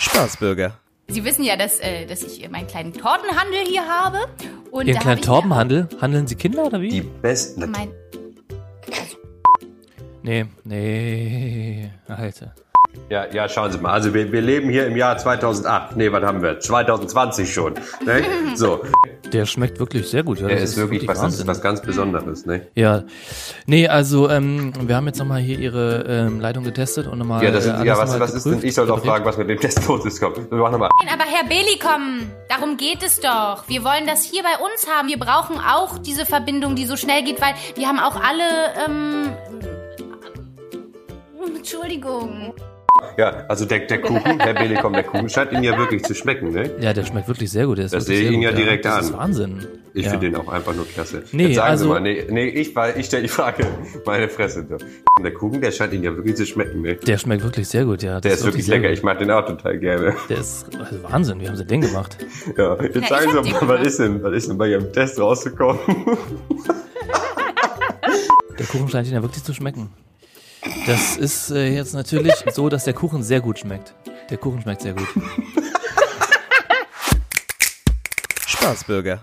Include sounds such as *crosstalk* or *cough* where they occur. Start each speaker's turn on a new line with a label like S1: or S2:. S1: Staatsbürger.
S2: Sie wissen ja, dass, äh, dass ich meinen kleinen Tortenhandel hier habe. Und
S3: Ihren
S2: da
S3: kleinen
S2: habe ich-
S3: Torbenhandel? Handeln Sie Kinder oder wie?
S4: Die besten.
S2: Mein,
S3: Nee, nee, Alter.
S4: Ja, ja, schauen Sie mal. Also wir, wir leben hier im Jahr 2008. Nee, was haben wir? 2020 schon. Ne? *laughs* So,
S3: Der schmeckt wirklich sehr gut. Ja,
S4: der
S3: das
S4: ist wirklich was, das ist
S3: Wahnsinn.
S4: was ganz Besonderes. Ne?
S3: Ja, nee, also ähm, wir haben jetzt nochmal hier Ihre ähm, Leitung getestet und nochmal.
S4: Ja, das
S3: äh,
S4: ist, ja
S3: alles
S4: was,
S3: noch mal
S4: was ist denn?
S3: geprüft,
S4: Ich soll doch
S3: repariert.
S4: fragen, was mit dem Test los ist. Komm, wir machen nochmal.
S2: Nein, aber Herr Beli, komm, darum geht es doch. Wir wollen das hier bei uns haben. Wir brauchen auch diese Verbindung, die so schnell geht, weil wir haben auch alle. Ähm, Entschuldigung.
S4: Ja, also der, der *laughs* Kuchen, Herr Belekom, der Kuchen scheint Ihnen ja wirklich zu schmecken. Ne?
S3: Ja, der schmeckt wirklich sehr gut. Der ist
S4: Das
S3: wirklich
S4: sehe ich
S3: sehr
S4: Ihnen
S3: gut,
S4: ja direkt
S3: das Ist
S4: an.
S3: Wahnsinn.
S4: Ich
S3: ja.
S4: finde den auch einfach nur klasse.
S3: Nee,
S4: Jetzt sagen
S3: also-
S4: Sie mal, nee, nee ich, war- ich stelle die Frage. *laughs* Meine Fresse. du. Der Kuchen, der scheint Ihnen ja wirklich zu schmecken. Ne?
S3: Der schmeckt wirklich sehr gut, ja. das
S4: Der ist wirklich
S3: sehr
S4: lecker.
S3: gut.
S4: Ich mag den auch total gerne.
S3: Der ist also Wahnsinn. Wie haben Sie den gemacht?
S4: Ja, jetzt
S2: ich
S4: sagen
S2: hab
S4: Sie
S2: die
S4: mal,
S2: gemacht.
S4: was ist denn, was ist denn bei Ihrem Test rausgekommen?
S3: Der Kuchen scheint Ihnen ja wirklich zu schmecken. Das ist äh, jetzt natürlich so, dass der Kuchen sehr gut schmeckt. Der Kuchen schmeckt sehr gut.
S1: Staatsbürger.